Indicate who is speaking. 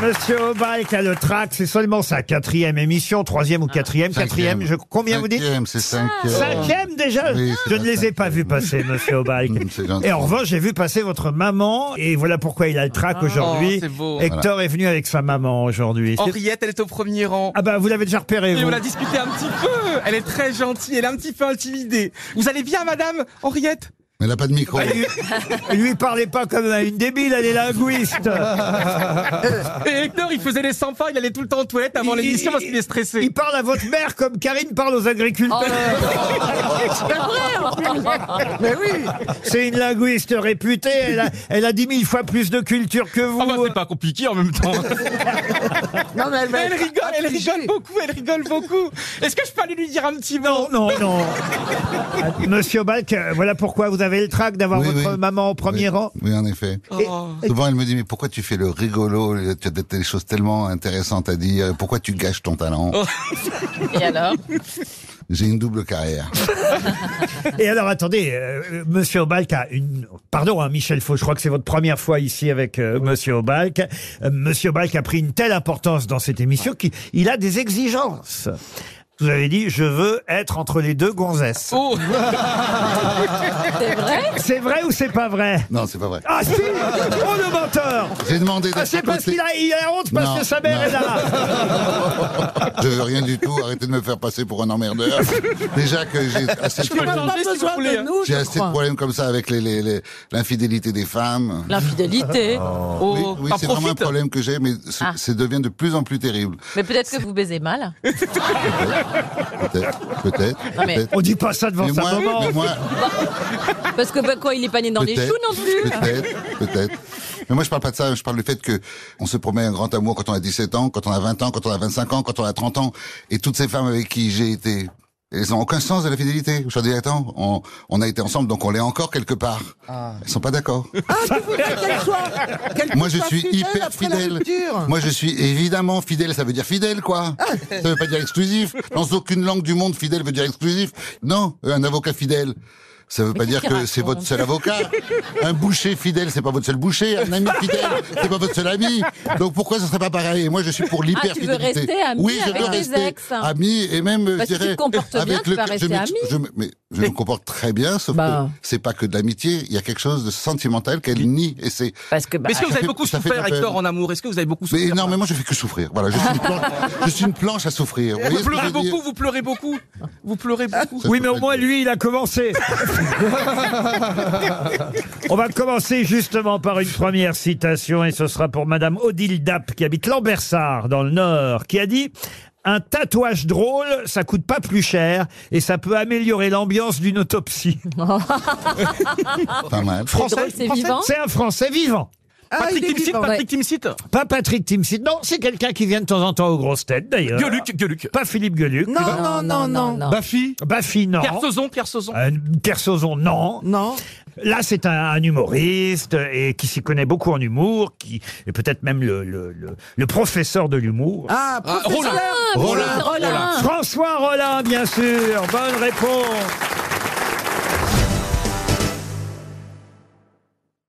Speaker 1: Monsieur Obal qui a le trac, c'est seulement sa quatrième émission, troisième ou quatrième,
Speaker 2: Cinquième.
Speaker 1: quatrième, je, combien vous dites
Speaker 2: Cinquième, c'est cinquième.
Speaker 1: Cinquième déjà
Speaker 2: Oui, c'est
Speaker 1: Je
Speaker 2: la
Speaker 1: ne les ai pas vus passer, monsieur Obal.
Speaker 2: c'est gentil.
Speaker 1: Et en revanche, j'ai vu passer votre maman, et voilà pourquoi il a le trac aujourd'hui.
Speaker 3: Oh, c'est beau. Oh.
Speaker 1: Hector est venu avec sa maman aujourd'hui. C'est-
Speaker 3: Henriette, elle est au premier rang.
Speaker 1: Ah bah, vous l'avez déjà repéré,
Speaker 3: Et
Speaker 1: vous.
Speaker 3: on a discuté un petit peu. Elle est très gentille, elle est un petit peu intimidée. Vous allez bien, madame Henriette
Speaker 2: Mais elle n'a pas de micro.
Speaker 1: Lui, lui parlez pas comme à une débile, elle est linguiste.
Speaker 3: Et Hector, il faisait les 100 pas, il allait tout le temps aux toilettes avant
Speaker 1: Il-
Speaker 3: l'émission
Speaker 1: il-
Speaker 3: parce qu'il est stressé.
Speaker 1: Il parle à votre mère comme Karine parle aux agriculteurs.
Speaker 4: Eh
Speaker 1: C'est une linguiste réputée, elle a, elle a 10 000 fois plus de culture que vous.
Speaker 3: Ah bah, c'est pas compliqué en même temps.
Speaker 4: Non, mais elle va
Speaker 3: elle
Speaker 4: être
Speaker 3: rigole, elle
Speaker 4: affligée.
Speaker 3: rigole beaucoup, elle rigole beaucoup. Est-ce que je peux aller lui dire un petit mot
Speaker 1: Non, non, non. Monsieur Balk, euh, voilà pourquoi vous avez le trac d'avoir
Speaker 2: Oui,
Speaker 1: votre
Speaker 2: oui.
Speaker 1: maman au premier
Speaker 2: oui,
Speaker 1: rang.
Speaker 2: Oui, en effet.
Speaker 3: Oh.
Speaker 2: Souvent, elle me dit, mais pourquoi tu fais le rigolo Tu as des- des choses tellement intéressantes à dire. Pourquoi tu gâches ton talent
Speaker 5: Et alors
Speaker 2: J'ai une double carrière.
Speaker 1: Et alors, attendez, euh, Monsieur Obalk a une... Pardon, hein, Michel Faux, je crois que c'est votre première fois ici avec euh, Monsieur Obalk. Euh, Monsieur Obalk a pris une telle importance dans cette émission qu'il il a des exigences. Vous avez dit, je veux être entre les deux gonzesses.
Speaker 3: Oh.
Speaker 5: C'est vrai
Speaker 2: Oh.
Speaker 1: C'est vrai ou c'est pas vrai
Speaker 2: Non, c'est pas vrai.
Speaker 1: Ah si Oh le menteur
Speaker 2: J'ai demandé d'être
Speaker 1: Ah, C'est
Speaker 2: à
Speaker 1: parce
Speaker 2: côté.
Speaker 1: qu'il a, il a honte parce
Speaker 2: Non,
Speaker 1: que sa mère
Speaker 2: non.
Speaker 1: est là
Speaker 2: Je veux rien du tout. Arrêtez de me faire passer pour un emmerdeur. Déjà que j'ai assez de
Speaker 3: peux
Speaker 2: problèmes.
Speaker 3: changer
Speaker 4: Pas
Speaker 3: si vous
Speaker 4: besoin
Speaker 3: voulez.
Speaker 4: de
Speaker 3: hein.
Speaker 4: nous,
Speaker 2: J'ai
Speaker 4: je
Speaker 2: assez de
Speaker 4: crois.
Speaker 2: problèmes comme ça avec les- les- les- l'infidélité des femmes.
Speaker 5: L'infidélité.
Speaker 2: Oui,
Speaker 3: Oh,
Speaker 2: oui,
Speaker 3: t'en
Speaker 2: c'est vraiment un
Speaker 3: profites.
Speaker 2: problème que j'ai, mais c'est
Speaker 5: Ah.
Speaker 2: c'est devient de plus en plus terrible.
Speaker 5: Mais peut-être que vous baisez mal.
Speaker 2: Peut-être, peut-être.
Speaker 5: Non, mais-
Speaker 2: peut-être.
Speaker 1: On dit pas ça devant
Speaker 2: Mais
Speaker 1: sa
Speaker 2: moi,
Speaker 1: maman
Speaker 2: mais moi,
Speaker 5: Parce que bah, quoi, il est pas né dans les
Speaker 2: peut-être,
Speaker 5: choux non plus
Speaker 2: Peut-être, peut-être. Mais moi, je parle pas de ça. Je parle du fait que on se promet un grand amour quand on a 17 ans, quand on a 20 ans, quand on a 25 ans, quand on a 30 ans. Et toutes ces femmes avec qui j'ai été, elles ont aucun sens de la fidélité. Je leur dis, attends, on, on a été ensemble, donc on l'est encore quelque part.
Speaker 4: Ah.
Speaker 2: Elles sont pas d'accord.
Speaker 4: Qu'elle soit- qu'elle
Speaker 2: Moi, je
Speaker 4: soit
Speaker 2: suis
Speaker 4: fidèle
Speaker 2: hyper
Speaker 4: après la
Speaker 2: fidèle.
Speaker 4: rupture.
Speaker 2: Moi, je suis évidemment fidèle. Ça veut dire fidèle, quoi.
Speaker 5: Ah.
Speaker 2: Ça veut pas dire exclusif. Dans aucune langue du monde, fidèle veut dire exclusif. Non, euh, un avocat fidèle. Ça veut pas dire
Speaker 5: qu'est-ce
Speaker 2: que
Speaker 5: qu'il
Speaker 2: c'est votre
Speaker 5: raconte
Speaker 2: seul avocat. Un boucher fidèle, c'est pas votre seul boucher. Un ami fidèle, c'est pas votre seul ami. Donc pourquoi ça serait pas pareil Et Moi, je suis pour l'hyper
Speaker 5: Ah, tu veux rester ami
Speaker 2: oui, je
Speaker 5: avec
Speaker 2: veux
Speaker 5: tes
Speaker 2: rester
Speaker 5: ex.
Speaker 2: ami et même, euh, je
Speaker 5: Parce que tu te
Speaker 2: dirais,
Speaker 5: comportes bien,
Speaker 2: avec
Speaker 5: tu
Speaker 2: le
Speaker 5: vas
Speaker 2: je
Speaker 5: rester
Speaker 2: me-
Speaker 5: ami.
Speaker 2: je me- mais je me comporte très bien, sauf
Speaker 5: Bah.
Speaker 2: que c'est pas que de l'amitié. Il y a quelque chose de sentimental qu'elle nie, et c'est
Speaker 5: Parce que bah,
Speaker 3: Mais est-ce que vous
Speaker 2: ça
Speaker 3: avez
Speaker 2: fait-
Speaker 3: beaucoup
Speaker 2: ça fait
Speaker 3: souffert,
Speaker 2: de la peine.
Speaker 3: Hector, en amour Est-ce que vous avez beaucoup
Speaker 2: mais
Speaker 3: souffert
Speaker 2: énormément, je fais que souffrir. Voilà, je suis une planche, je suis une planche à souffrir. Vous voyez
Speaker 3: Vous
Speaker 2: ce que je
Speaker 3: pleurez
Speaker 2: veux dire
Speaker 3: beaucoup, vous pleurez beaucoup. Vous pleurez beaucoup.
Speaker 1: Oui, mais au moins, lui, il a commencé. On va commencer justement par une première citation, et ce sera pour Madame Odile Dapp, qui habite Lambersart, dans le Nord, qui a dit Un tatouage drôle, ça coûte pas plus cher, et ça peut améliorer l'ambiance d'une autopsie.
Speaker 2: Pas mal.
Speaker 5: drôle, c'est vivant
Speaker 1: C'est un Français vivant.
Speaker 4: Ah,
Speaker 3: Patrick
Speaker 4: il est
Speaker 3: Timsit,
Speaker 4: vivant.
Speaker 3: Patrick Timsit.
Speaker 1: Pas Patrick Timsit. Non, c'est quelqu'un qui vient de temps en temps aux grosses têtes, d'ailleurs.
Speaker 3: Gueuluc, Gueuluc.
Speaker 1: Pas Philippe Gueluc.
Speaker 4: Non, non, non, non.
Speaker 3: Bah,
Speaker 6: Baffy
Speaker 1: Baffy, non.
Speaker 3: Pierre Sauzon, Pierre Sauzon.
Speaker 1: Euh, Kersozon, non.
Speaker 4: Non.
Speaker 1: Là, c'est un, un humoriste euh, et qui s'y connaît beaucoup en humour, qui est peut-être même le, le, le- le professeur de l'humour.
Speaker 4: Ah,
Speaker 3: Ah,
Speaker 4: professeur.
Speaker 5: Roland, Roland.
Speaker 1: François Rollin, bien sûr. Bonne réponse.